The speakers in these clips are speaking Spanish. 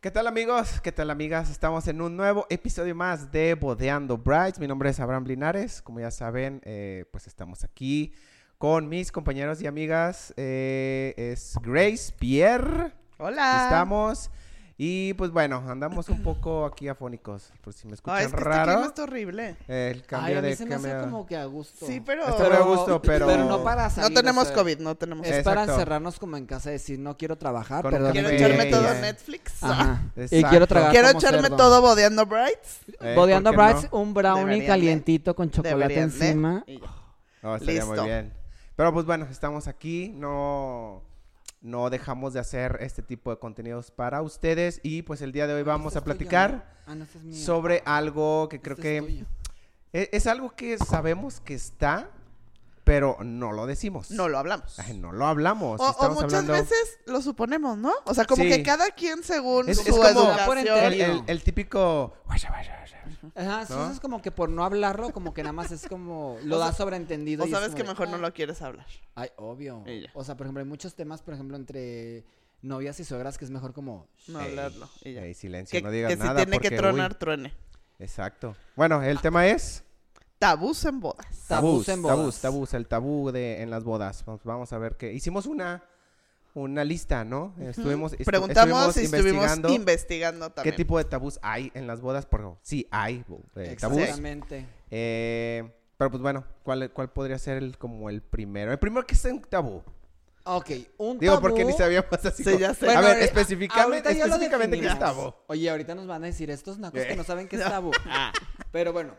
¿Qué tal amigos? ¿Qué tal amigas? Estamos en un nuevo episodio más de Bodeando Brides. Mi nombre es Abraham Linares. Como ya saben, eh, pues estamos aquí con mis compañeros y amigas. eh, es Grace, Pierre. Ah. Hola. Estamos. Y pues bueno, andamos un poco aquí afónicos, por si me escuchan Ay, es que este raro. clima está horrible. El Ay, cambio a mí de se me hace cambio- como que a gusto. Sí, pero... Está muy a gusto, pero- no eh. para salir. No tenemos o sea, COVID, no tenemos... Es para Exacto. encerrarnos como en casa y decir, no quiero trabajar, Con pero... un Quiero café. echarme Sí, todo ya. Netflix. Ajá. Y Exacto. quiero tragar Quiero como echarme cerdo. todo bodeando brights. Eh, Bodeando ¿por qué Brides, un brownie Deberían de- calientito con chocolate Deberían de. encima. Y ya. No, estaría muy Listo. bien. Pero pues bueno, estamos aquí, no, no dejamos de hacer este tipo de contenidos para ustedes y pues el día de hoy Este vamos a platicar Ah, no, este es mío. sobre algo que creo Este es que tuyo. es, es algo que sabemos que está, pero no lo decimos. No lo hablamos. Ay, no lo hablamos. O, o estamos muchas hablando- veces lo suponemos, ¿no? O sea, como Sí. que cada quien según Es- su es como- educación. Por El, entendido. el- el típico... Ajá, entonces es como que por no hablarlo, como que nada más es como... Lo da sobreentendido. O y es sabes como que de, mejor no "Ah". lo quieres hablar. Ay, obvio. Y ya. O sea, por ejemplo, hay muchos temas, por ejemplo, entre novias y suegras que es mejor como... No Ey, hablarlo. Y ya. ey, silencio, Que, no digas que si nada. tiene que porque, uy, tronar, truene. exacto. Bueno, el tema es... Tabús en bodas. Tabús, en bodas. Tabús, tabús, el tabú de en las bodas. Vamos, vamos a ver qué. Hicimos una una lista, ¿no? Estuvimos estu- Preguntamos si estuvimos investigando investigando qué también. tipo de tabús hay en las bodas, porque sí hay eh, tabús. Exactamente. Eh, pero pues bueno, ¿cuál, cuál podría ser el como el primero? El primero que es un tabú. Ok, un Digo, tabú... porque ni sabíamos así. Sí, como- ya A sé. Bueno, ver, ahorita- específicamente, ahorita ya lo específicamente qué es definimos. tabú. Oye, ahorita nos van a decir estos nacos Eh. que no saben qué es tabú. Pero bueno,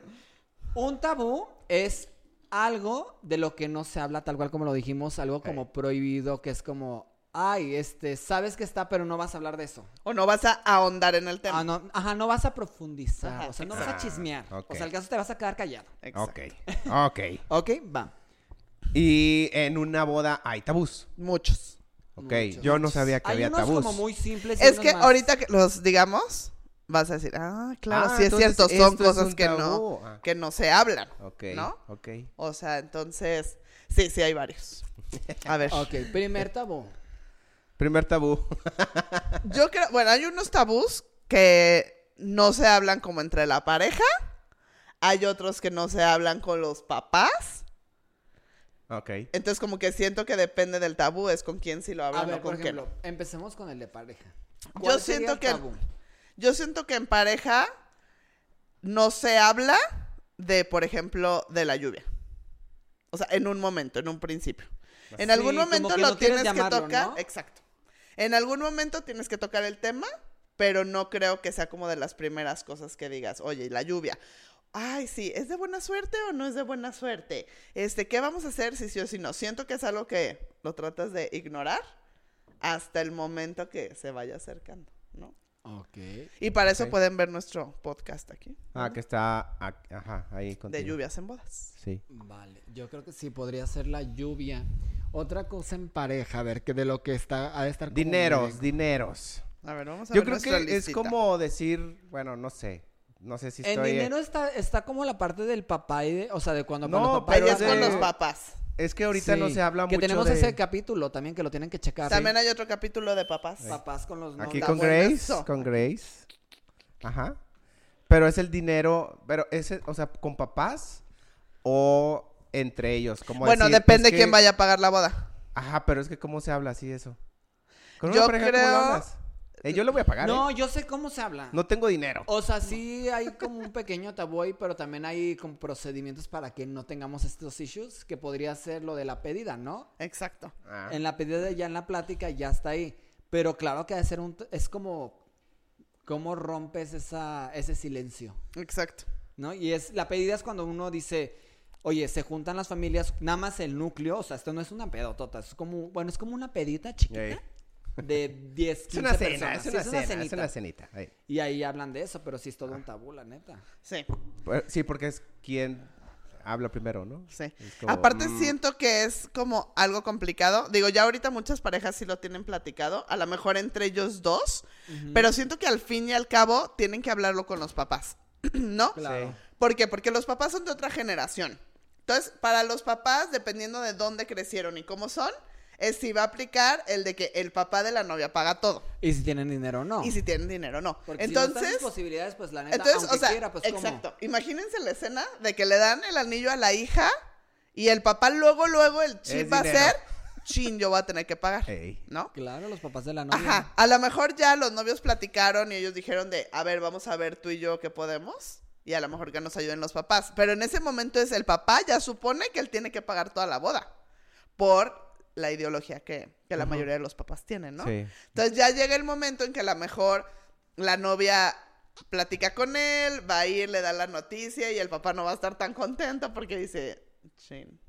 un tabú es algo de lo que no se habla, tal cual como lo dijimos, algo como prohibido, que es como, ay, este, sabes que está, pero no vas a hablar de eso. O no vas a ahondar en el tema. Ah, no, ajá, no vas a profundizar, Ajá, o sea, no vas a exacto. chismear. Ah, ok. O sea, el caso te vas a quedar callado. Exacto. Ok, ok. Ok, va. Y en una boda hay tabús. Muchos. Ok, Muchos. yo no sabía que Hay había unos tabús. como muy simples. y Es unos que más- ahorita que los digamos, vas a decir, ah, claro, Ah, sí es entonces cierto, son esto es cosas un que tabú. no, Ah. que no se hablan. Ok, ¿No? ok. O sea, entonces, sí, sí hay varios. A ver. Ok, primer tabú. Primer tabú. Yo creo, bueno, hay unos tabús que no se hablan como entre la pareja. Hay otros que no se hablan con los papás. Ok. Entonces, como que siento que depende del tabú, es con quién sí lo A hablan ver, o con por quién ejemplo, no. empecemos con el de pareja. Yo ¿Cuál siento sería el que- tabú? Yo siento que en pareja no se habla de, por ejemplo, de la lluvia. O sea, en un momento, en un principio. En Sí, algún como momento que lo no tienes quieres que llamarlo, tocar. ¿no? Exacto. En algún momento tienes que tocar el tema, pero no creo que sea como de las primeras cosas que digas, oye, ¿y la lluvia. Ay, sí, ¿es de buena suerte o no es de buena suerte? Este, ¿qué vamos a hacer si sí o si no? Siento que es algo que lo tratas de ignorar hasta el momento que se vaya acercando, ¿no? Ok. Y para eso Ok. pueden ver nuestro podcast aquí. Ah, que está ac- ajá, ahí De continúa. lluvias en bodas. Sí. Vale, yo creo que sí podría ser la lluvia. Otra cosa en pareja, a ver, que de lo que está ha de estar como Dineros, merengue. dineros. A ver, vamos a Yo ver creo que nuestra es listita. como decir, bueno, no sé. No sé si En estoy. dinero está está como la parte del papá y de, o sea, de cuando No, cuando pero Ahí papá es de- con los papás papás. Es que ahorita no se habla que mucho tenemos de ese capítulo también que lo tienen que checar. También hay otro capítulo de papás. papás con los Aquí novios. con bueno Grace, eso. con Grace. Ajá. Pero es el dinero, pero ese, o sea, con papás o entre ellos, como Bueno, decir, depende es que- quién vaya a pagar la boda. Ajá, pero es que cómo se habla así eso. Con Yo una pareja, ¿cómo lo creo- hablas? Eh, yo lo voy a pagar. No, ¿eh? yo sé cómo se habla. no tengo dinero. O sea, sí hay como un pequeño tabú ahí, pero también hay como procedimientos para que no tengamos estos issues, que podría ser lo de la pedida, ¿no? Exacto. Ah. En la pedida de ya en la plática ya está ahí. Pero claro que ha de ser un... t- Es como... ¿Cómo rompes esa, ese silencio? Exacto. ¿No? Y es... La pedida es cuando uno dice... Oye, se juntan las familias, nada más el núcleo, o sea, esto no es una pedotota, es como, bueno, es como una pedita chiquita Ey. de 10, 15 Es una cena, personas. es sí, una cena, es cenita. una cenita. ahí. Y ahí hablan de eso, pero sí es todo un tabú, la neta. Sí, Pues, Sí, porque es quien habla primero, ¿no? sí. Es como, Aparte mm, siento que es como algo complicado. Digo, ya ahorita muchas parejas sí lo tienen platicado, a lo mejor entre ellos dos, pero siento que al fin y al cabo tienen que hablarlo con los papás, ¿no? Claro. ¿Por qué? Porque los papás son de otra generación. Entonces, para los papás, dependiendo de dónde crecieron y cómo son, es si va a aplicar el de que el papá de la novia paga todo. Y si tienen dinero o no. Y si tienen dinero, no. Porque si no están entonces, sus posibilidades, pues la neta, entonces, aunque o sea, quiera, pues ¿cómo? exacto. Imagínense la escena de que le dan el anillo a la hija y el papá luego, luego el chip Es va dinero. a ser, chin, yo voy a tener que pagar, Ey. ¿no? Claro, los papás de la novia. Ajá, a lo mejor ya los novios platicaron y ellos dijeron de, a ver, vamos a ver tú y yo qué podemos y a lo mejor que nos ayuden los papás. Pero en ese momento es el papá ya supone que él tiene que pagar toda la boda por la ideología que, que la Ajá. mayoría de los papás tienen, ¿no? Sí. Entonces ya llega el momento en que a lo mejor la novia platica con él, va a ir, le da la noticia y el papá no va a estar tan contento porque dice, chin,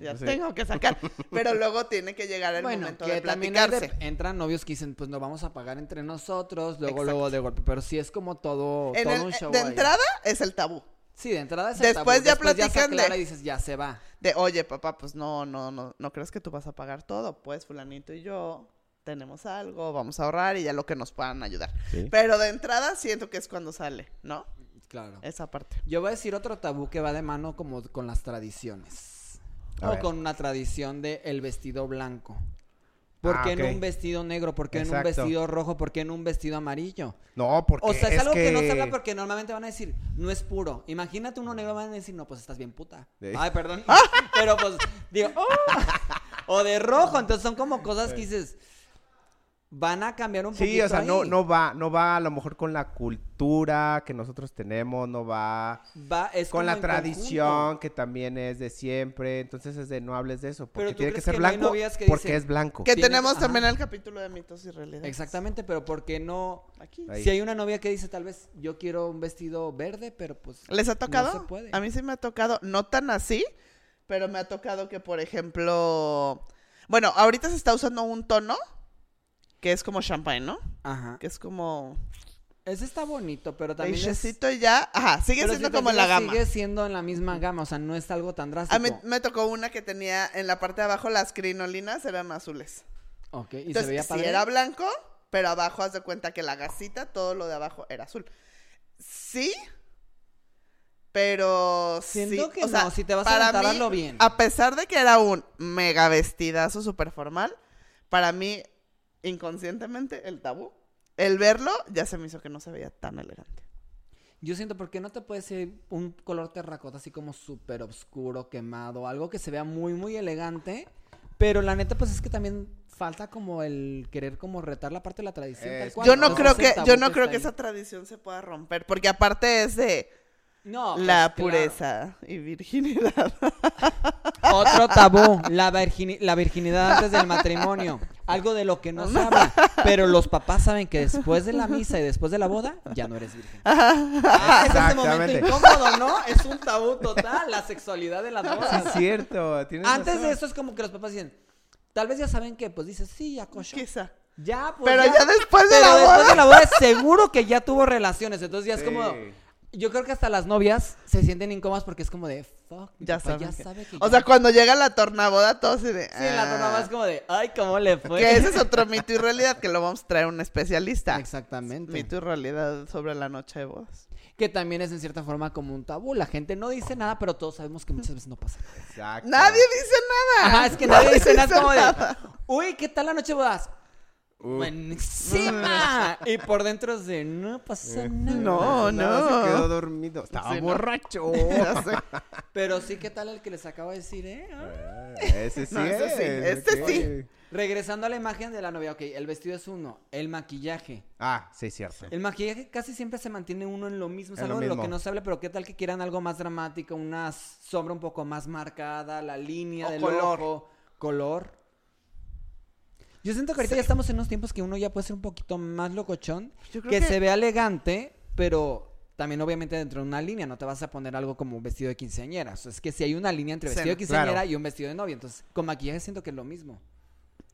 ya Sí. tengo que sacar. Pero luego tiene que llegar el Bueno, momento que de también hay de- platicarse. entran novios que dicen, pues no vamos a pagar entre nosotros, luego, Exacto. luego de golpe. Pero sí es como todo, En todo el- eh, un show de ahí. entrada es el tabú. Sí, de entrada es el Después tabú, ya después ya se platican de- aclara y dices, ya se va. De, oye, papá, pues no, no, no, no crees que tú vas a pagar todo. Pues fulanito y yo tenemos algo, vamos a ahorrar y ya lo que nos puedan ayudar. Sí. Pero de entrada siento que es cuando sale, ¿no? Claro. Esa parte. Yo voy a decir otro tabú que va de mano como con las tradiciones. A o ver. con una tradición de el vestido blanco. ¿Por Ah, qué ok. en un vestido negro? ¿Por qué en Exacto. un vestido rojo? ¿Por qué en un vestido amarillo? No, porque O sea, es, es algo que... no se habla porque normalmente van a decir, no es puro. Imagínate uno negro, van a decir, no, pues estás bien puta. Sí. Ay, perdón. Pero pues, digo, "Oh". o de rojo. Entonces son como cosas que dices, van a cambiar un Eh. Sí, poquito. o sea, no, ahí. no va, no va a lo mejor con la cultura que nosotros tenemos, no va Va, es con como la en conjunto. tradición que también es de siempre. Entonces es de no hables de eso, porque ¿tú tiene que crees ser que no hay blanco novias que porque dicen- es blanco. Que Tienes- tenemos ajá. también el capítulo de mitos y realidades. Exactamente, pero ¿por qué no? Aquí. Ahí. Si hay una novia que dice, tal vez, yo quiero un vestido verde, pero pues... ¿Les ha tocado? No se puede. A mí sí me ha tocado, no tan así, pero me ha tocado que, por ejemplo, bueno, ahorita se está usando un tono que es como champagne, ¿no? Ajá. Que es como Ese está bonito, pero también es... beigecito y ya, ajá, sigue pero siendo si te como en la fijas, gama. Sigue siendo en la misma gama, o sea, no es algo tan drástico. A mí me tocó una que tenía en la parte de abajo las crinolinas eran azules. Ok, y se veía Entonces, sí padre. era blanco, pero abajo haz de cuenta que la gasita, todo lo de abajo era azul. Sí, pero Siento sí, que o sea, no, si te vas a para aventar, mí, hazlo bien. A pesar de que era un mega vestidazo súper formal, para mí, inconscientemente, el tabú, el verlo ya se me hizo que no se veía tan elegante. Yo siento porque no te puede ser un color terracota así como súper oscuro, quemado, algo que se vea muy, muy elegante. Pero la neta, pues es que también falta como el querer como retar la parte de la tradición. Eh, tal cual, Yo no Entonces, creo ese que, tabú yo no está creo que ahí. esa tradición se pueda romper, porque aparte es de No, pues, la claro. pureza y virginidad. Otro tabú, la, virgini- la virginidad antes del matrimonio. Algo de lo que no se habla. Pero los papás saben que después de la misa y después de la boda, ya no eres virgen. Ah, es ese momento Exactamente. incómodo, ¿no? Es un tabú total, la sexualidad de las Sí, es bodas. cierto. tienes Antes razón. de eso es como que los papás dicen, tal vez ya saben que, pues dices, sí, ya cochó. Quizá. Ya, pues. Pero ya después de pero la después boda. de la boda seguro que ya tuvo relaciones. Entonces ya es Sí. como. Yo creo que hasta las novias se sienten incómodas porque es como de fuck. mi Ya papá saben. ya que- sabe que o ya- sea, cuando llega la tornaboda, todos se de. Sí, la "Ah". torna más como de, ay, ¿cómo le fue? Que ese es otro mito y realidad que lo vamos a traer un especialista. Exactamente. Mito y realidad sobre la noche de bodas. Que también es en cierta forma como un tabú. La gente no dice nada, pero todos sabemos que muchas veces no pasa. Exacto. Nadie dice nada. Ajá, es que nadie dice nada es como de, nada. uy, ¿qué tal la noche de bodas? Uh, Buenísima. y por dentro es de, no pasa nada. No, nada, no. Se quedó dormido. Estaba Sí, no. borracho. Ya sé. Pero sí, ¿qué tal el que les acabo de decir, eh? Ah. Ah, Ese sí No, ese sí, es, este ok. sí. Regresando a la imagen de la novia, ok, el vestido es uno, el maquillaje. Ah, sí, cierto. El maquillaje casi siempre se mantiene uno en lo mismo, es En lo algo de lo mismo. que no se habla, pero qué tal que quieran algo más dramático, una sombra un poco más marcada, la línea O del color. ojo, color. Yo siento que ahorita ya estamos en unos tiempos que uno ya puede ser un poquito más locochón, Yo creo que, que- se vea elegante, pero también obviamente dentro de una línea, no te vas a poner algo como un vestido de quinceañera, o sea, es que si hay una línea entre Sí, vestido de claro. quinceañera y un vestido de novia, entonces con maquillaje siento que es lo mismo.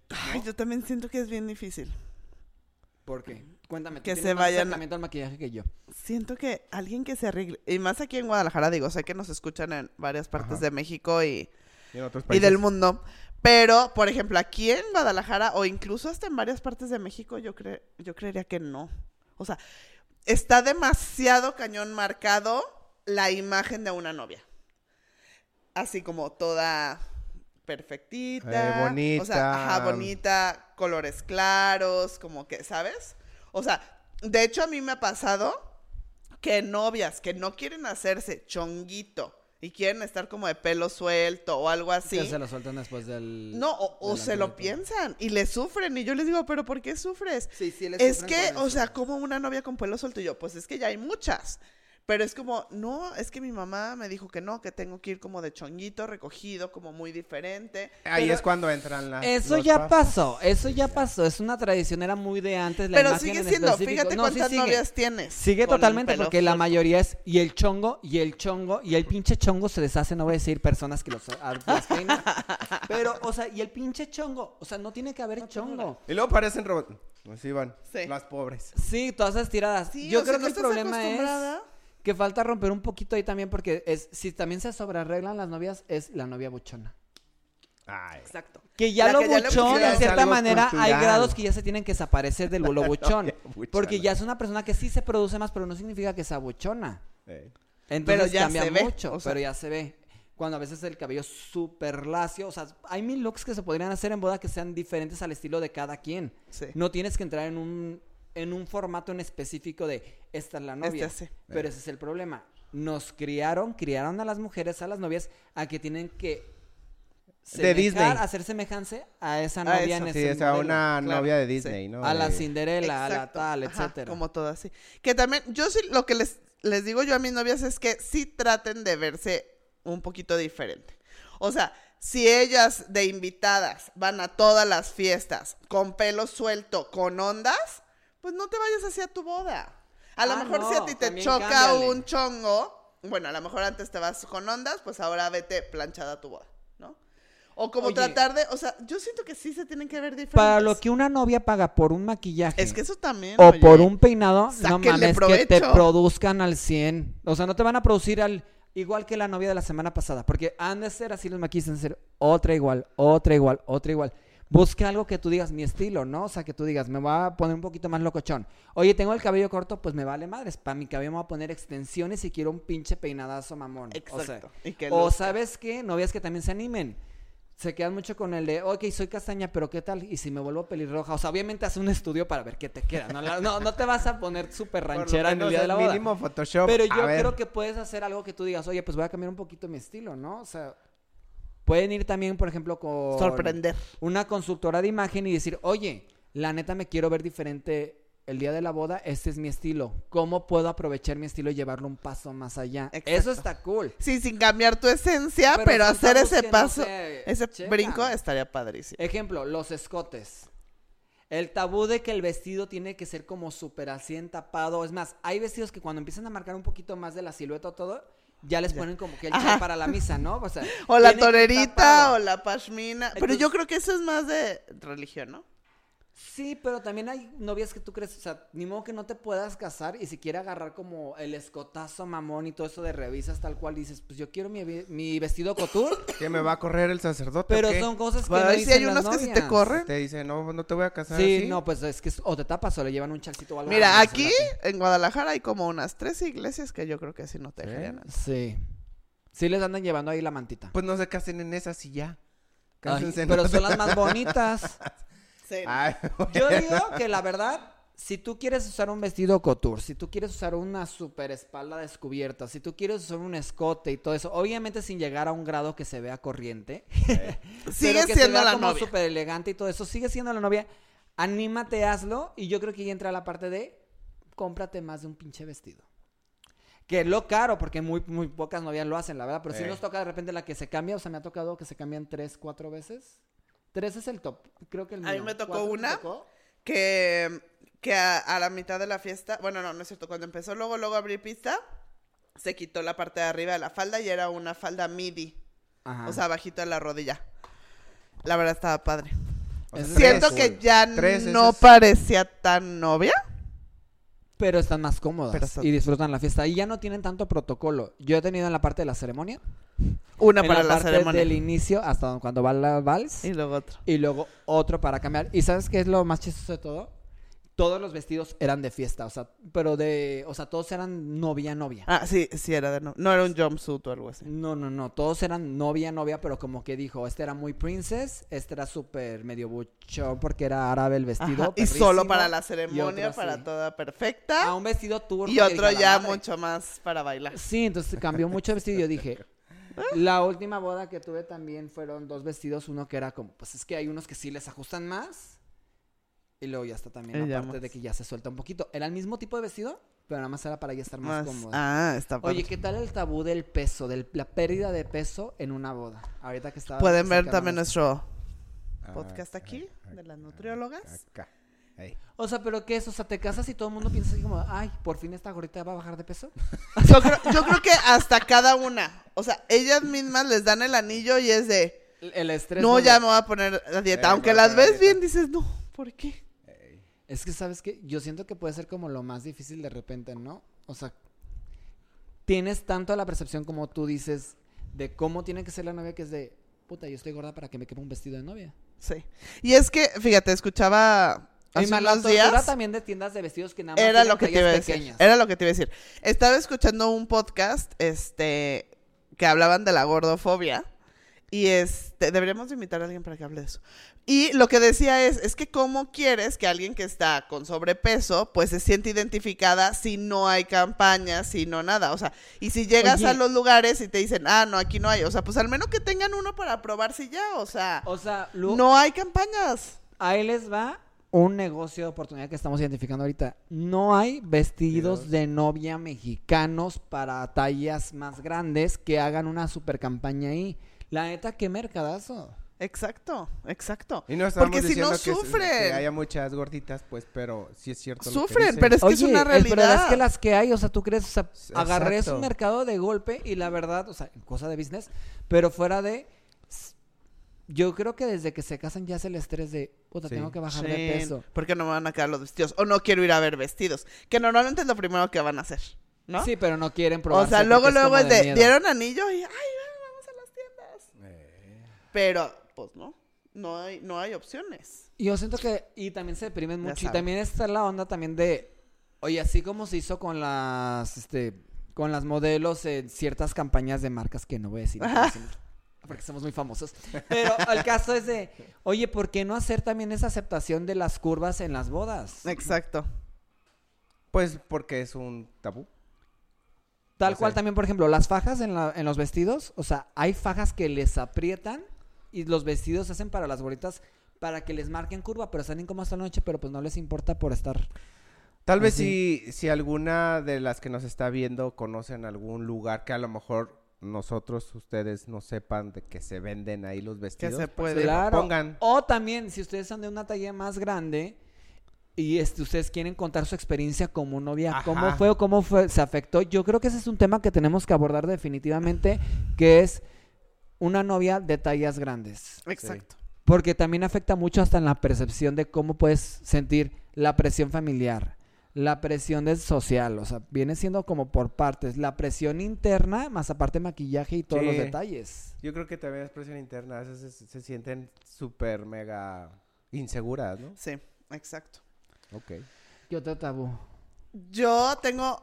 Ay, yo también siento que es bien difícil. ¿Por qué? Cuéntame, tú Que tienes se más vayan a- acercamiento al maquillaje que yo. Siento que alguien que se arregle. Y más aquí en Guadalajara, digo, sé que nos escuchan en varias partes Ajá. de México y, Y en otros y del países. mundo. Pero, por ejemplo, aquí en Guadalajara o incluso hasta en varias partes de México, yo, cre- yo creería que no. O sea, está demasiado cañón marcado la imagen de una novia. Así como toda perfectita. Eh, bonita. O sea, ajá, bonita, colores claros, como que, ¿sabes? O sea, de hecho a mí me ha pasado que novias que no quieren hacerse chonguito y quieren estar como de pelo suelto o algo así. Que se lo sueltan después del. No, o, o del se lo angelito. piensan y le sufren. Y yo les digo, ¿pero por qué sufres? Sí, sí, les es sufren que, con o eso. sea, como una novia con pelo suelto, y yo, pues es que ya hay muchas. Pero es como, no, es que mi mamá me dijo que no, que tengo que ir como de chonguito, recogido, como muy diferente. Ahí Pero- es cuando entran las. Eso los ya papás. pasó, eso ya pasó. Es una tradición, era muy de antes. La Pero imagen sigue en siendo, específico. fíjate No, sí cuántas sigue. novias tienes. Sigue con el totalmente pelo porque la suelto. mayoría es y el chongo y el chongo y el pinche chongo se deshace, no voy a decir personas que los, a- los peinan. Pero, o sea, y el pinche chongo, o sea, no tiene que haber chongo. Y luego parecen robots. Así van. Sí. Las pobres. Sí, todas esas tiradas. Sí, Yo o sea, no creo que el estás problema es acostumbrada. que falta romper un poquito ahí también porque es si también se sobrearreglan las novias es la novia buchona. Ay. Exacto. Que ya La lo que ya le buchón, pusieron en es cierta algo manera, hay cultural. grados que ya se tienen que desaparecer del lo buchón. novia buchona. porque ya es una persona que sí se produce más, pero no significa que sea buchona. Eh. Entonces Pero ya cambia se ve, mucho, o sea. pero ya se ve. Cuando a veces el cabello es súper lacio, o sea, hay mil looks que se podrían hacer en boda que sean diferentes al estilo de cada quien. Sí. No tienes que entrar en un, en un formato en específico de esta es la novia. Este sí. Pero ese es el problema. Nos criaron, criaron a las mujeres, a las novias, a que tienen que De Disney. semejar, hacer semejanse a esa A novia eso. en Sí, ese o sea, modelo. una claro, novia de sí. Disney, ¿no? A la De- Cinderella, a la Exacto, tal, ajá, etcétera. Como todo así. Que también, yo sí, lo que les, les digo yo a mis novias es que sí traten de verse un poquito diferente. O sea, si ellas de invitadas van a todas las fiestas con pelo suelto, con ondas, pues no te vayas hacia tu boda. A lo Ah, mejor si no, a ti te también choca cámbiale. un chongo, bueno, a lo mejor antes te vas con ondas, pues ahora vete planchada a tu boda, ¿no? O como Oye. tratar de, o sea, yo siento que sí se tienen que ver diferentes. Para lo que una novia paga por un maquillaje. Es que eso también. o oye. por un peinado, no sáquenle mames, que te provecho. produzcan al 100. O sea, no te van a producir al igual que la novia de la semana pasada, porque han de ser así los maquillistas, han de ser otra igual, otra igual, otra igual. Busca algo que tú digas mi estilo, ¿no? O sea, que tú digas, me voy a poner un poquito más locochón. Oye, tengo el cabello corto, pues me vale madres. Para mi cabello me voy a poner extensiones y quiero un pinche peinadazo mamón. O, sea, Exacto. Y que o luzca. sabes qué, novias que también se animen. Se quedan mucho con el de, ok, soy castaña, pero ¿qué tal? Y si me vuelvo pelirroja. O sea, obviamente hace un estudio para ver qué te queda. No, La- no, no te vas a poner súper Por lo ranchera en el menos día de la boda. Mínimo Photoshop. Pero a yo ver. creo que puedes hacer algo que tú digas, oye, pues voy a cambiar un poquito mi estilo, ¿no? O sea, pueden ir también, por ejemplo, con sorprender. una consultora de imagen y decir, oye, la neta me quiero ver diferente el día de la boda, este es mi estilo. ¿Cómo puedo aprovechar mi estilo y llevarlo un paso más allá? Exacto. Eso está cool. Sí, sin cambiar tu esencia, Pero pero, son hacer ese chavos que Eh, no paso, se ese checan. brinco estaría padrísimo. Ejemplo, los escotes. El tabú de que el vestido tiene que ser como súper así entapado. Es más, hay vestidos que cuando empiezan a marcar un poquito más de la silueta o todo, ya les ponen como que el chal para la misa, ¿no? O, sea, O la tiene que ir torerita tapado. o la pashmina. pero Entonces- yo creo que eso es más de religión, ¿no? Sí, pero también hay novias que tú crees, o sea, ni modo que no te puedas casar y si quiere agarrar como el escotazo mamón y todo eso de revisas tal cual, dices, pues yo quiero mi, ve- mi vestido couture, ¿Qué me va a correr el sacerdote? pero o qué? son cosas que Ay, no sí, dicen hay las unos que sí te novias. corren. ¿Ah, Te dice, no, no te voy a casar. Sí, así. no, pues es que es- o te tapas o le llevan un chalcito o algo. Mira, Ah, no, aquí se la- en Guadalajara hay como unas tres iglesias que yo creo que así no te ¿Sí? dejarían. entrar. Sí. Sí les andan llevando ahí la mantita. Pues no se casen en esas y ya. Ay, Cásense en pero otra. son las más bonitas. Ah, Ay, güey. Yo digo que la verdad, si tú quieres usar un vestido couture, si tú quieres usar una super espalda descubierta, si tú quieres usar un escote y todo eso, obviamente sin llegar a un grado que se vea corriente, Sigue pero que se siendo vea la como novia. súper elegante y todo eso, sigue siendo la novia, anímate, hazlo y yo creo que ya entra la parte de cómprate más de un pinche vestido. Que es lo caro, porque muy, muy pocas novias lo hacen, la verdad. Pero si Eh. nos toca de repente la que se cambia, o sea, me ha tocado que se cambian tres, cuatro veces. Tres es el top. Creo que el A mí mío. me tocó ¿Cuatro te una. tocó? que, que a, a la mitad de la fiesta, bueno, no, no es cierto, cuando empezó luego, luego a abrir pista, se quitó la parte de arriba de la falda y era una falda midi, Ajá. o sea, bajito de la rodilla. La verdad estaba padre. O sea, Ese es Siento tres. que ya Tres, ese no es- parecía tan novia. Pero están más cómodas Pero están- y disfrutan la fiesta. Y ya no tienen tanto protocolo. Yo he tenido en la parte de la ceremonia, Una en para la, la, parte ceremonia. del inicio hasta cuando va la vals, Y luego otra. y luego otro para cambiar. ¿Y sabes qué es lo más chistoso de todo? todos los vestidos eran de fiesta, o sea, pero de, o sea, todos eran novia, novia. Ah, sí, sí era de no. No era un jumpsuit o algo así. No, no, no, todos eran novia, novia, pero como que dijo, este era muy princess, este era súper medio buchón porque era árabe el vestido. Ajá, Y perrísimo, solo para la y ceremonia, otro para así. toda Ah, perfecta. un vestido turco. Y que otro dije, "La ya madre". mucho más para bailar. Sí, entonces cambió mucho el vestido y yo dije, la última boda que tuve también fueron dos vestidos, uno que era como, pues es que hay unos que sí les ajustan más. Y luego ya está también Y la Eh, ya parte más. de que ya se suelta un poquito. Era el mismo tipo de vestido, pero nada más era para ya estar más, Más. cómoda. Ah, está padre. Oye, ¿qué tal el tabú del peso, de la pérdida de peso en una boda? Ahorita que estaba... Pueden ver cercano a también la- nuestro Ah, podcast aquí, ah, de las ah, nutriólogas. Acá. Ahí. O sea, ¿pero qué es? O sea, ¿te casas y todo el mundo piensa así como, ay, por fin esta gorita va a bajar de peso? Yo creo, yo creo que hasta cada una. O sea, ellas mismas les dan el anillo y es de, El- El estrés... no, de- ya me voy a poner a dieta. Eh, Aunque me voy a las poner a ves dieta. bien, dices, no, ¿por qué? Ey. Es que, ¿sabes qué? Yo siento que puede ser como lo más difícil de repente, ¿no? O sea, tienes tanto la percepción como tú dices de cómo tiene que ser la novia que es de, puta, yo estoy gorda para que me quepa un vestido de novia. Sí. Y es que, fíjate, escuchaba Y hace más la unos tortura días. también de tiendas de vestidos que nada más Era tienen lo que te iba a tallas decir. pequeñas. Era lo que te iba a decir. Estaba escuchando un podcast, este, que hablaban de la gordofobia. Y este, deberíamos de invitar a alguien para que hable de eso. Y lo que decía es, es que cómo quieres que alguien que está con sobrepeso, pues se siente identificada si no hay campañas, si no nada. O sea, y si llegas Oye. a los lugares y te dicen, ah, no, aquí no hay. O sea, pues al menos que tengan uno para probar si ya, o sea, O sea, Lu, no hay campañas. ahí les va un negocio de oportunidad que estamos identificando ahorita. No hay vestidos Vestidos. de novia mexicanos para tallas más grandes que hagan una super campaña ahí. La neta, qué mercadazo. Exacto, exacto. Y no estamos Porque si no diciendo que- Que, sufren. haya muchas gorditas, pues, pero sí es cierto. lo que Sufren, dicen. pero es que es Oye, una el- realidad. Pero es que las que hay, o sea, tú crees, o sea, S- agarré exacto. su mercado de golpe y la verdad, o sea, cosa de business, pero fuera de. s- Yo creo que desde que se casan ya es el estrés de, puta, Sí. tengo que bajar Sí, de peso. Porque no me van a quedar los vestidos. O no quiero ir a ver vestidos. Que normalmente es lo primero que van a hacer, ¿no? Sí, pero no quieren probar. o sea, luego, luego es de, dieron anillo y, ay, bueno, vamos a las tiendas. Eh, Pero, pues no, no hay, no hay opciones. Yo siento que. Y también se deprimen Ya mucho. Y saben. también está la onda también de. Oye, así como se hizo con las. Este. Con las modelos en ciertas campañas de marcas que no voy a decir. no voy a decir, Porque somos muy famosos. Pero el caso es de. Oye, ¿por qué no hacer también esa aceptación de las curvas en las bodas? Exacto. Pues porque es un tabú. Tal no cual sé. también, por ejemplo, las fajas en, la- en los vestidos. O sea, hay fajas que les aprietan. Y los vestidos se hacen para las gorritas. Para que les marquen curva. Pero salen como hasta la noche. Pero pues no les importa por estar. Tal vez Así. si, si alguna de las que nos está viendo conocen algún lugar que a lo mejor nosotros, ustedes no sepan de que se venden ahí los Que vestidos. se pues, puede. que lo Claro. Pongan. O también, si ustedes son de una talla más grande y este, ustedes quieren contar su experiencia como novia, Ajá. cómo fue o cómo fue, se afectó, yo creo que ese es un tema que tenemos que abordar definitivamente, que es una novia de tallas grandes. Exacto. Porque también afecta mucho hasta en la percepción de cómo puedes sentir la presión familiar, la presión del social, o sea, viene siendo como por partes, la presión interna más aparte maquillaje y todos los Sí. detalles. Yo creo que también es presión interna. a veces se, se sienten súper mega inseguras, ¿no? Sí, exacto. Ok. ¿Qué otro tabú? Yo tengo,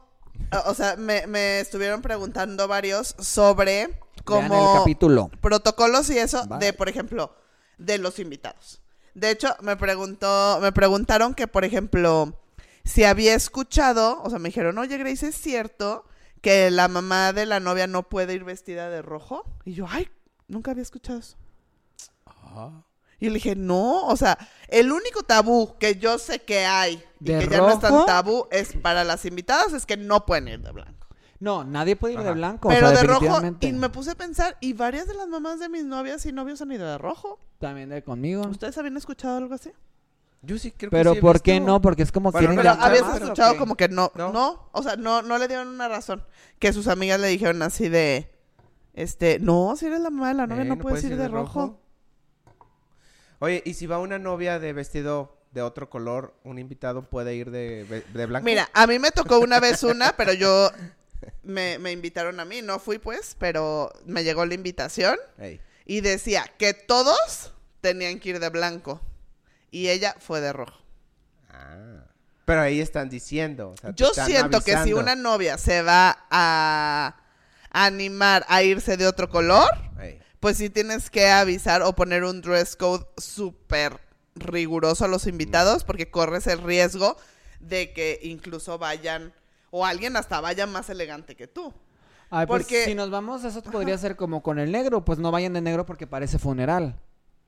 o sea, me, me estuvieron preguntando varios sobre cómo... capítulo. protocolos y eso Vale. de, por ejemplo, de los invitados. De hecho, me preguntó, me preguntaron que, por ejemplo, si había escuchado, o sea, me dijeron, oye, Grace, ¿es cierto que la mamá de la novia no puede ir vestida de rojo? Y yo, ay, nunca había escuchado eso. Ah. Y le dije, no, o sea, el único tabú que yo sé que hay y ¿De que ya no es tan rojo? tabú es para las invitadas es que no pueden ir de blanco. No, nadie puede ir de Ajá. blanco. Pero o sea, de rojo, definitivamente. y me puse a pensar, y varias de las mamás de mis novias y novios han ido de rojo. También de conmigo. ¿Ustedes habían escuchado algo así? Yo sí creo que Pero sí he ¿por qué visto. no? Porque es como Bueno, ah, quieren no Pero ¿Las llamar habías mamás más. o escuchado qué? como que no, No. no, o sea, no, no le dieron una razón. Que sus amigas le dijeron así de, este, no, si eres la mamá de la novia Eh, no, puedes ir, de rojo. Oye, y si va una novia de vestido de otro color, un invitado puede ir de, ve- de blanco. Mira, a mí me tocó una vez una, pero yo, me, me invitaron a mí, no fui pues, pero me llegó la invitación Ey. y decía que todos tenían que ir de blanco. Y ella fue de rojo. Ah. Pero ahí están diciendo. o sea, te Yo están siento que si avisando. una novia se va a animar a irse de otro color, Ey. pues sí tienes que avisar o poner un dress code súper riguroso a los invitados porque corres el riesgo de que incluso vayan o alguien hasta vaya más elegante que tú. Ay, pues, Porque- si nos vamos, eso podría ser como con el negro. Pues no vayan de negro porque parece funeral.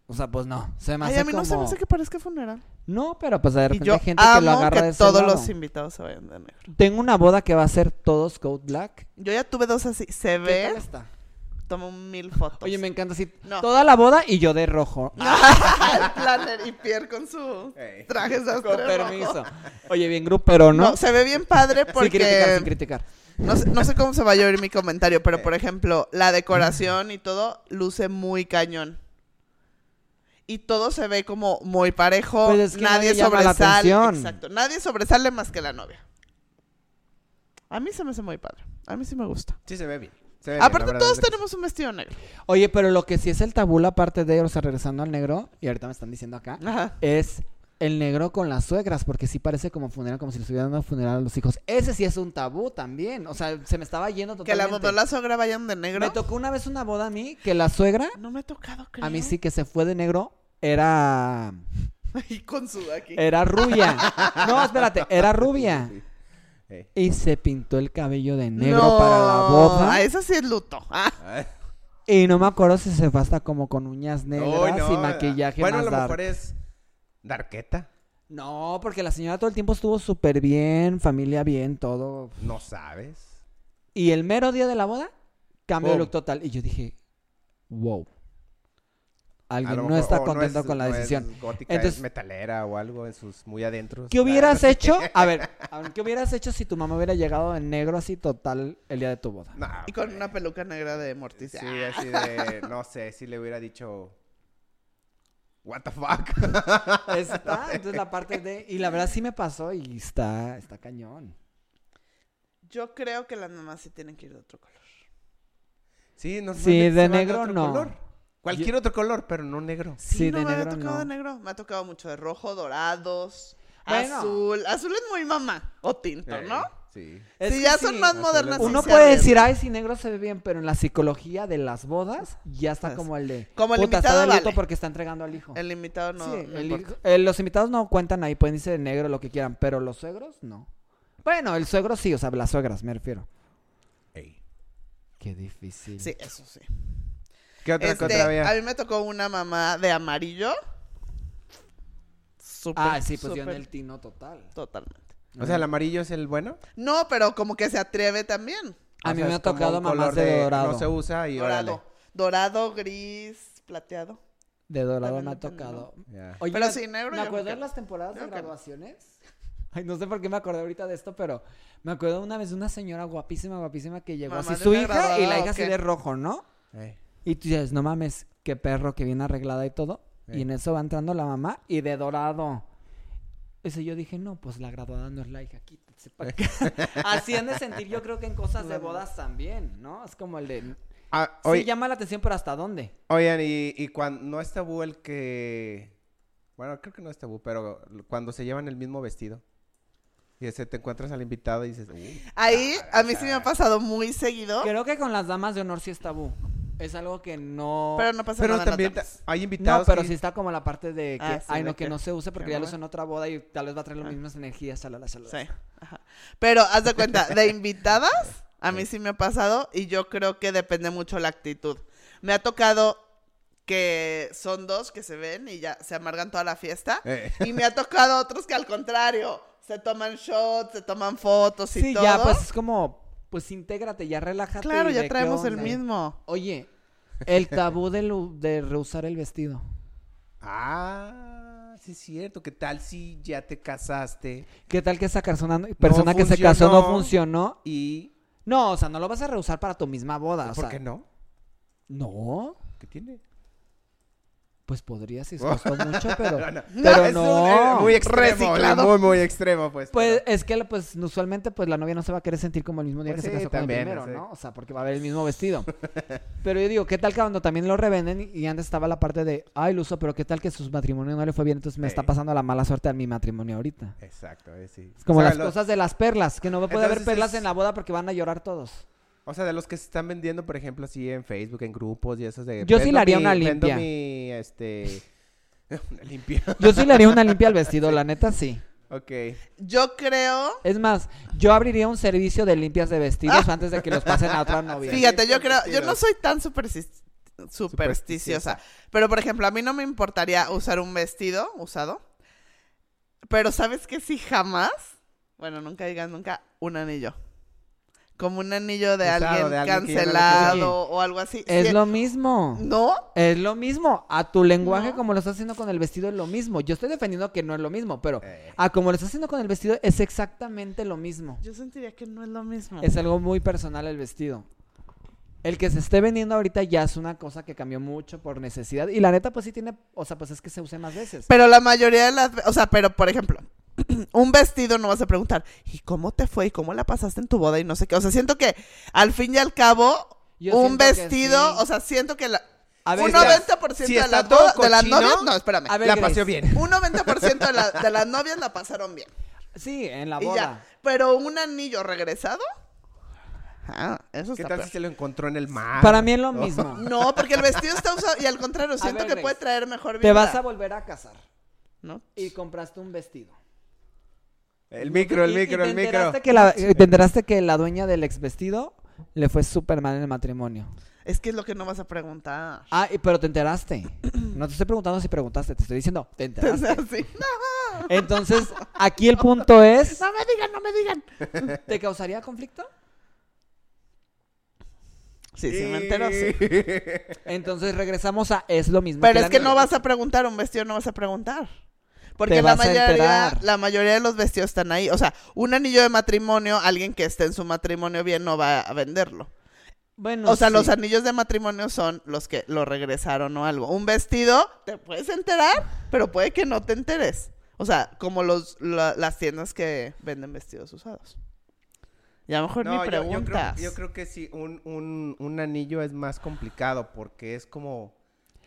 O sea, pues no. Se me Ay, hace a mí no se me como- hace que parezca funeral. No, pero pues de Y repente yo hay gente que lo amo que, agarra de ese todos lado. los invitados se vayan de negro. Tengo una boda que va a ser todos coat black. Yo ya tuve dos así. Se ¿Qué ve, tal está? tomo mil fotos. Oye, me encanta así. No. Toda la boda y yo de rojo. El planner y Pierre con su Ey. traje Con sastre rojo. permiso. Oye, bien grupero, ¿no? No, se ve bien padre Sin criticar, sin porque criticar. no, sé, no sé cómo se va a oír mi comentario, Eh. pero por ejemplo, la decoración y todo luce muy cañón. Y todo se ve como muy parejo, Pues es que nadie, nadie llama la sobresale, atención. exacto, nadie sobresale más que la novia. A mí se me hace muy padre, a mí sí me gusta. Sí, se ve bien. se ve bien, Eh, la Aparte verdad todos es que sí. tenemos un vestido negro. Oye, pero lo que sí es el tabú, la parte de, o sea, regresando al negro, y ahorita me están diciendo acá, Ajá. es el negro con las suegras, porque sí parece como funeral, como si le estuvieran dando funeral a los hijos. Ese sí es un tabú también. O sea, se me estaba yendo Que la totalmente. mamá y la sogra vayan de negro. Me tocó una vez una boda a mí que la suegra, No me ha tocado, creo. a mí sí que se fue de negro, era. Y con su aquí. Era rubia. No, espérate, era rubia. Ey. Y se pintó el cabello de negro para la boda. Ah, eso sí es luto. Ah, Ay. Y no me acuerdo si se fue hasta como con uñas negras Uy, no, y maquillaje Bueno, más a lo dark. mejor es Darqueta. No, porque la señora todo el tiempo estuvo súper bien, familia bien, todo. No sabes. Y el mero día de la boda, cambio de Boom. look total. Y yo dije, wow. A Alguien lo no mejor- está o no contento es- con la no es decisión. gótica, Entonces- es metalera o algo en sus muy adentros. ¿Qué hubieras hecho? A ver, a ver, ¿qué hubieras hecho si tu mamá hubiera llegado en negro así total el día de tu boda? No, y con pues, hombre. eh. una peluca negra de Este, Sí, Morticia. Ah. así de. No sé, si le hubiera dicho. What the fuck. Está, entonces la parte de... Y la verdad sí me pasó y está, está cañón. Yo creo que las mamás sí tienen que ir de otro color. Sí, no Sí, de negro no. Cualquier otro color, pero no negro. Sí, no de me negro había tocado no. de negro. Me ha tocado mucho de rojo, dorados, Bueno. Eh. azul. Azul es muy mamá. O tinto, ¿no? Eh, Sí. Es si que ya son sí. más Azul modernas. es- Uno sí se puede arriesgan. decir, ay, si negro se ve bien, pero en la psicología de las bodas ya está Pues, como el de. como el puta, está invitado de luto vale". porque está entregando al hijo. El invitado no. Sí, no el importa. hijo- eh, los invitados no cuentan ahí, pueden irse de negro, lo que quieran, pero los suegros no. Bueno, el suegro sí, o sea, las suegras, me refiero. Ey. Qué difícil. Sí, eso sí. ¿Qué otra, qué Este, otra había? a mí me tocó una mamá de amarillo. Súper, Ah, sí, pues yo en súper, el tino total. Totalmente. O sea, el amarillo es el bueno. No, pero como que se atreve también. A O mí sea, me ha es como tocado un mamás color de dorado. No se usa y Dorado. órale. Dorado, gris, plateado. De dorado También me ha depende, ¿no? tocado. Ya. Oye, Pero me- sí, negro Me yo acuerdo creo en que- las temporadas de creo que no. graduaciones. Ay, no sé por qué me acordé ahorita de esto, pero me acuerdo una vez de una señora guapísima, guapísima que llegó Mamá así de su una hija graduada, y la ¿o hija así qué? de rojo, ¿no? Ey. Y tú dices, no mames, qué perro, que bien arreglada y todo. Y Sí. en eso va entrando la mamá y de dorado. Ese yo dije, no, pues la graduada no es la hija, quítate pa' acá. Así han de sentir, yo creo que en cosas de bodas también, ¿no? Es como el de. Ah, Sí, oye, llama la atención, pero ¿hasta dónde? Oigan, y, y cuando no es tabú el que. Bueno, creo que no es tabú, pero cuando se llevan el mismo vestido. Y ese te encuentras al invitado y dices, "Uy, Ahí a mí sí me ha pasado muy seguido, Creo Ah, que con las damas de honor sí es tabú. Es algo que no. pero no pasa Pero nada. en las también ta- damas. hay No, invitados. pero que- sí está como la parte de que, Ah, sí, ay, de no, que, que- no se use porque que ya no lo va. usó en otra boda y tal vez va a traer las Ah. mismas energías, chalala, chalala. Sí, ajá. Pero haz de cuenta, de invitadas, a mí sí me ha pasado y yo creo que depende mucho la actitud. Me ha tocado que son dos que se ven y ya se amargan toda la fiesta. Eh. Y me ha tocado otros que al contrario, se toman shots, se toman fotos y Sí, todo. ya, pues es como, pues intégrate, ya relájate. claro, y ve ya qué traemos el onda. mismo. Oye, el tabú de, lu- de rehusar el vestido. Ah, sí es cierto. ¿Qué tal si ya te casaste ¿Qué tal que esa persona, persona que se casó no funcionó. funcionó? y. No, o sea, no lo vas a rehusar para tu misma boda. Ah, o ¿Por sea, qué no? No. ¿Qué tiene? Pues podría si os costó mucho, pero, No, no. pero Es un- no. eh, muy extremo, Reciclado. muy, muy extremo, pues. Pues pero- es que pues usualmente pues la novia no se va a querer sentir como el mismo día Pues que sí, se casó con el también, primero, sí. ¿no? O sea, porque va a haber el mismo vestido. Pero yo digo, ¿qué tal que cuando también lo revenden y antes estaba la parte de, ay, lo uso, pero qué tal que su matrimonio no le fue bien, entonces me está Ey. pasando la mala suerte a mi matrimonio ahorita. Exacto, eh, sí. Es como O sea, las lo- cosas de las perlas, que no puede haber Entonces perlas es- en la boda porque van a llorar todos. O sea, de los que se están vendiendo, por ejemplo, así en Facebook, en grupos y esos de... Yo sí "Vendo le haría mi- una vendo limpia". mi, este... Una limpia. Yo sí le haría una limpia al vestido, la neta sí. Ok. Yo creo, Es más, yo abriría un servicio de limpias de vestidos antes de que los pasen a otra novia. Sí. fíjate, yo creo, yo Supersticiosa. no soy tan superstis- supersticiosa, pero por ejemplo, a mí no me importaría usar un vestido usado, pero ¿sabes que sí jamás? Bueno, nunca digas nunca, un anillo. Como un anillo de, Usado, alguien, de alguien que ya no le cancelado quiere. o algo así. Es Sí, lo mismo. ¿No? Es lo mismo. A tu lenguaje, No. como lo estás haciendo con el vestido, es lo mismo. Yo estoy defendiendo que no es lo mismo, pero Eh, a como lo estás haciendo con el vestido, es exactamente lo mismo. Yo sentiría que no es lo mismo. Es algo muy personal el vestido. El que se esté vendiendo ahorita ya es una cosa que cambió mucho por necesidad. Y la neta, pues sí tiene. O sea, pues es que se use más veces. Pero la mayoría de las, ve- o sea, pero por ejemplo, un vestido no vas a preguntar, ¿y cómo te fue? ¿Y cómo la pasaste en tu boda? Y no sé qué. O sea, siento que al fin y al cabo, Yo un siento que vestido, sí. o sea, siento que la, A ver, un Grace, 90% si de, está las todo do- de las cochino, novias, no, espérame, a ver, la Grace. pasó bien. un 90% de, la- de las novias la pasaron bien. Sí, en la Y ya. boda. Pero un anillo regresado, ah, eso ¿Qué está tal peor. si se lo encontró en el mar? Para mí es lo mismo. No, porque el vestido está usado y al contrario, siento ver, que Grace, puede traer mejor vida. Te vas a volver a casar. ¿No? Y compraste un vestido. El micro, el Y- y micro, te el micro. enteraste que la- eh, te enteraste que la dueña del ex vestido le fue súper mal en el matrimonio. Es que es lo que no vas a preguntar. Ah, y- pero te enteraste. No te estoy preguntando si preguntaste, te estoy diciendo, te enteraste. Sí. Entonces, aquí el punto es, No me digan, no me digan. ¿te causaría conflicto? Sí, sí, me entero, Eh, sí. Entonces regresamos a es lo mismo. Pero es que no vas a... a preguntar un vestido, no vas a preguntar. Porque Te la vas a mayoría, enterar. la mayoría de los vestidos están ahí. O sea, un anillo de matrimonio, alguien que esté en su matrimonio bien no va a venderlo. Bueno, o sea, sí. los anillos de matrimonio son los que lo regresaron o algo. Un vestido, te puedes enterar, pero puede que no te enteres. O sea, como los, la- las tiendas que venden vestidos usados. Ya a lo mejor No, ni yo- yo creo- preguntas. Yo, creo, que sí, un, un, un anillo es más complicado porque es como...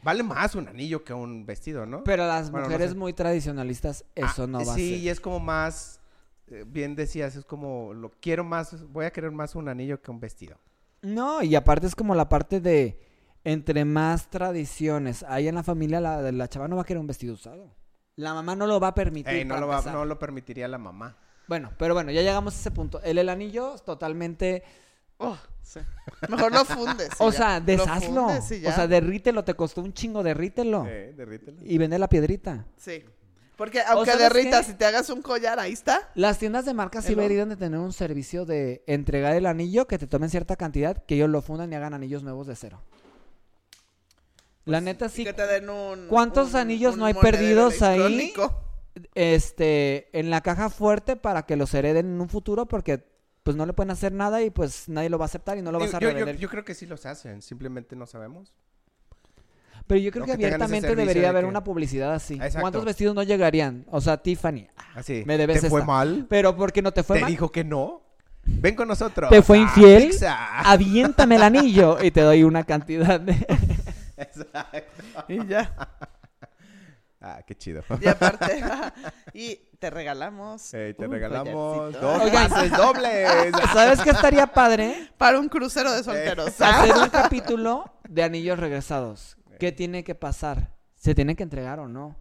Vale más un anillo que un vestido, ¿no? Pero las Bueno, no mujeres sé. muy tradicionalistas, eso Ah, no va Sí, a ser. y es como más... eh, Bien decías, es como lo quiero más, voy a querer más un anillo que un vestido. No, y aparte es como la parte de entre más tradiciones hay en la familia, la, la chava no va a querer un vestido usado. La mamá no lo va a permitir. Ey, no, para lo va- empezar. no lo permitiría la mamá. Bueno, pero bueno, ya llegamos a ese punto. El, el anillo totalmente, Oh, sí. Mejor lo fundes. y o ya. sea, Lo deshazlo. fundes y O ya. sea, derrítelo, te costó un chingo, derrítelo. Eh, derrítelo. Y vende la piedrita. Sí. Porque aunque ¿sabes derritas qué? y te hagas un collar, ahí está. Las tiendas de marca sí Hello. deberían de tener un servicio de entregar el anillo que te tomen cierta cantidad, que ellos lo fundan y hagan anillos nuevos de cero. La neta sí. Pues, Y que te den un- ¿Cuántos un- anillos un no hay monedero perdidos ahí? electrónico. este, en la caja fuerte para que los hereden en un futuro porque pues no le pueden hacer nada y pues nadie lo va a aceptar y no lo vas Digo, a yo, yo- revender. yo creo que sí los hacen, simplemente no sabemos. Pero yo creo o que que te hagan ese abiertamente servicio debería de haber que- una publicidad así. Exacto. ¿Cuántos vestidos no llegarían? O sea, Tiffany, Así. Ah, Me debes ¿Te fue esta. mal? pero porque no te fue ¿Te mal? dijo que no? Ven con nosotros. Ah, ¿Te fue a infiel? Ah. Pizza. Aviéntame el anillo y te doy una cantidad de... Exacto. Y ya. Ah, qué chido. Y aparte. y te regalamos. Ey, Eh, te un regalamos collarcito. dos Oigan. pases dobles. ¿Sabes qué estaría padre? Para un crucero de solteros. ¿ah? Hacer un capítulo de anillos regresados. ¿Qué tiene que pasar? ¿Se tiene que entregar o no?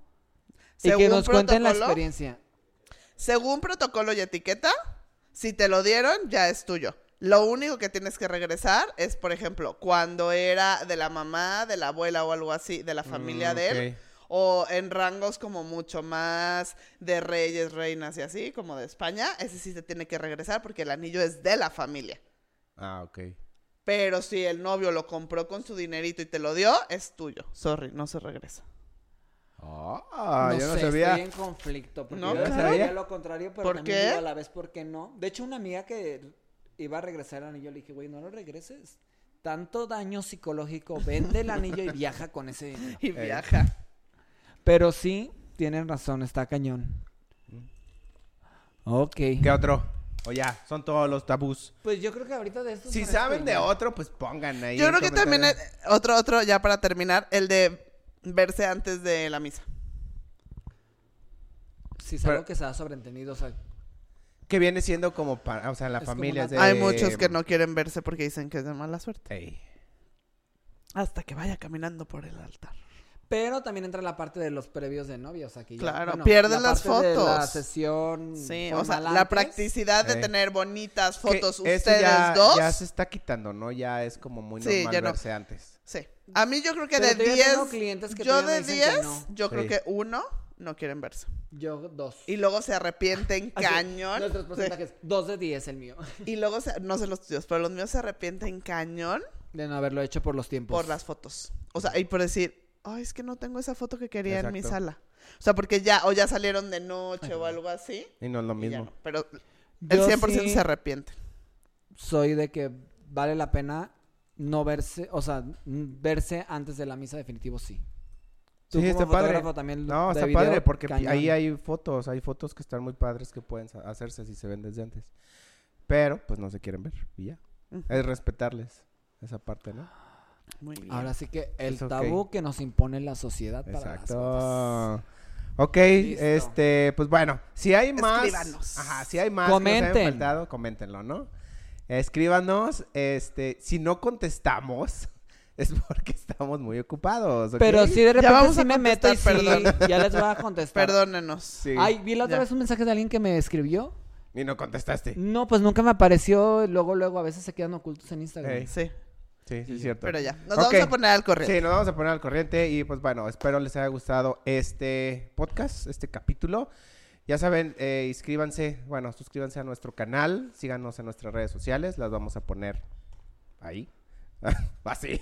Y que Según nos cuenten la protocolo, experiencia. Según protocolo y etiqueta, si te lo dieron, ya es tuyo. Lo único que tienes que regresar es, por ejemplo, cuando era de la mamá, de la abuela o algo así, de la familia Mm, de él. ok. O en rangos como mucho más de reyes, reinas y así, como de España, ese sí se tiene que regresar porque el anillo es de la familia. Ah, ok. Pero si el novio lo compró con su dinerito y te lo dio, es tuyo. Sorry, no se regresa. Ah, yo no sé, sabía. Estoy en conflicto. Porque No, yo claro. sabía lo contrario, pero ¿Por también qué? digo a la vez por qué no. De hecho, una amiga que iba a regresar el anillo le dije, güey, no lo regreses. Tanto daño psicológico, vende el anillo y viaja con ese dinero. Y viaja. Pero sí, tienen razón, está cañón. Ok. ¿Qué otro? O ya, son todos los tabús. Pues yo creo que ahorita de estos. Si son saben estos, de ¿no? otro, pues pongan ahí. Yo en creo que también comentarios. eh, otro, otro, ya para terminar, el de verse antes de la misa. Si es algo Pero- que se ha sobreentendido, o sea, Que viene siendo como para, o sea, la Es como familia una- de... Hay muchos que no quieren verse porque dicen que es de mala suerte. Ey. Hasta que vaya caminando por el altar. Pero también entra la parte de los previos de novia, o sea, que ya- Claro, bueno, pierdes la las parte de la fotos. sesión. Sí, o formal sea, la antes. practicidad de Sí. tener bonitas Que fotos eso ustedes ya, dos. Ya se está quitando, ¿no? Ya es como muy Sí, normal ya no. verse antes. Sí. A mí yo creo que Pero de te digo, yo tengo 10. clientes que Yo todavía de me dicen que 10, no. yo creo Sí. que uno no quieren verse. Yo dos. Y luego se arrepienten Así, cañón. Nuestros Sí. porcentajes, dos de diez el mío. Y luego, se- no sé los tuyos, pero los míos se arrepienten cañón De no haberlo hecho por los tiempos. por las fotos. O sea, y por decir, ay, es que no tengo esa foto que quería en mi Exacto. sala. O sea, porque ya, o ya salieron de noche o algo así. Y no es lo y ya mismo. no. Pero el Yo 100% sí se arrepiente. Soy de que vale la pena no verse, o sea, mm, verse antes de la misa definitivo sí. Tú Sí, como está padre. fotógrafo también No, de está video, padre porque pi- cañón. ahí hay fotos, hay fotos que están muy padres que pueden sa- hacerse si se ven desde antes. Pero pues no se quieren ver y ya. Ujú. Es respetarles esa parte, ¿no? Ah, Muy bien. Ahora sí que el Es ok. tabú que nos impone la sociedad para las fotos. Exacto. Ok, Listo. este, pues bueno, si hay más, Escríbanos. ajá, si hay más que nos hayan Comenten. faltado, coméntenlo, ¿no? Escríbanos, este, si no contestamos es porque estamos muy ocupados, ¿ok? Pero si de repente vamos sí a me meto y sí, contestar, perdón. ya les voy a contestar. Perdónenos. Sí. Ay, vi la otra Ya. vez un mensaje de alguien que me escribió. Y no contestaste. Sí, No, pues nunca me apareció. Luego, luego, a veces se quedan ocultos en Instagram. Ey. Sí, sí, Y es yo, cierto. pero ya. Nos Ok. vamos a poner al corriente. Sí, nos vamos a poner al corriente y pues bueno, espero les haya gustado este podcast, este capítulo. Ya saben, eh, inscríbanse, bueno, suscríbanse a nuestro canal, síganos en nuestras redes sociales, las vamos a poner ahí. Así.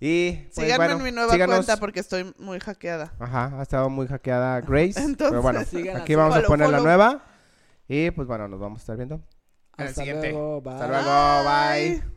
y pues, Síganme bueno, en mi nueva síganos. cuenta porque estoy muy hackeada. Ajá, ha estado muy hackeada Grace, pero Entonces, bueno, síganla, aquí vamos a follow, poner la follow. nueva y pues bueno, nos vamos a estar viendo. en el Hasta siguiente. luego. Bye. Hasta luego, bye.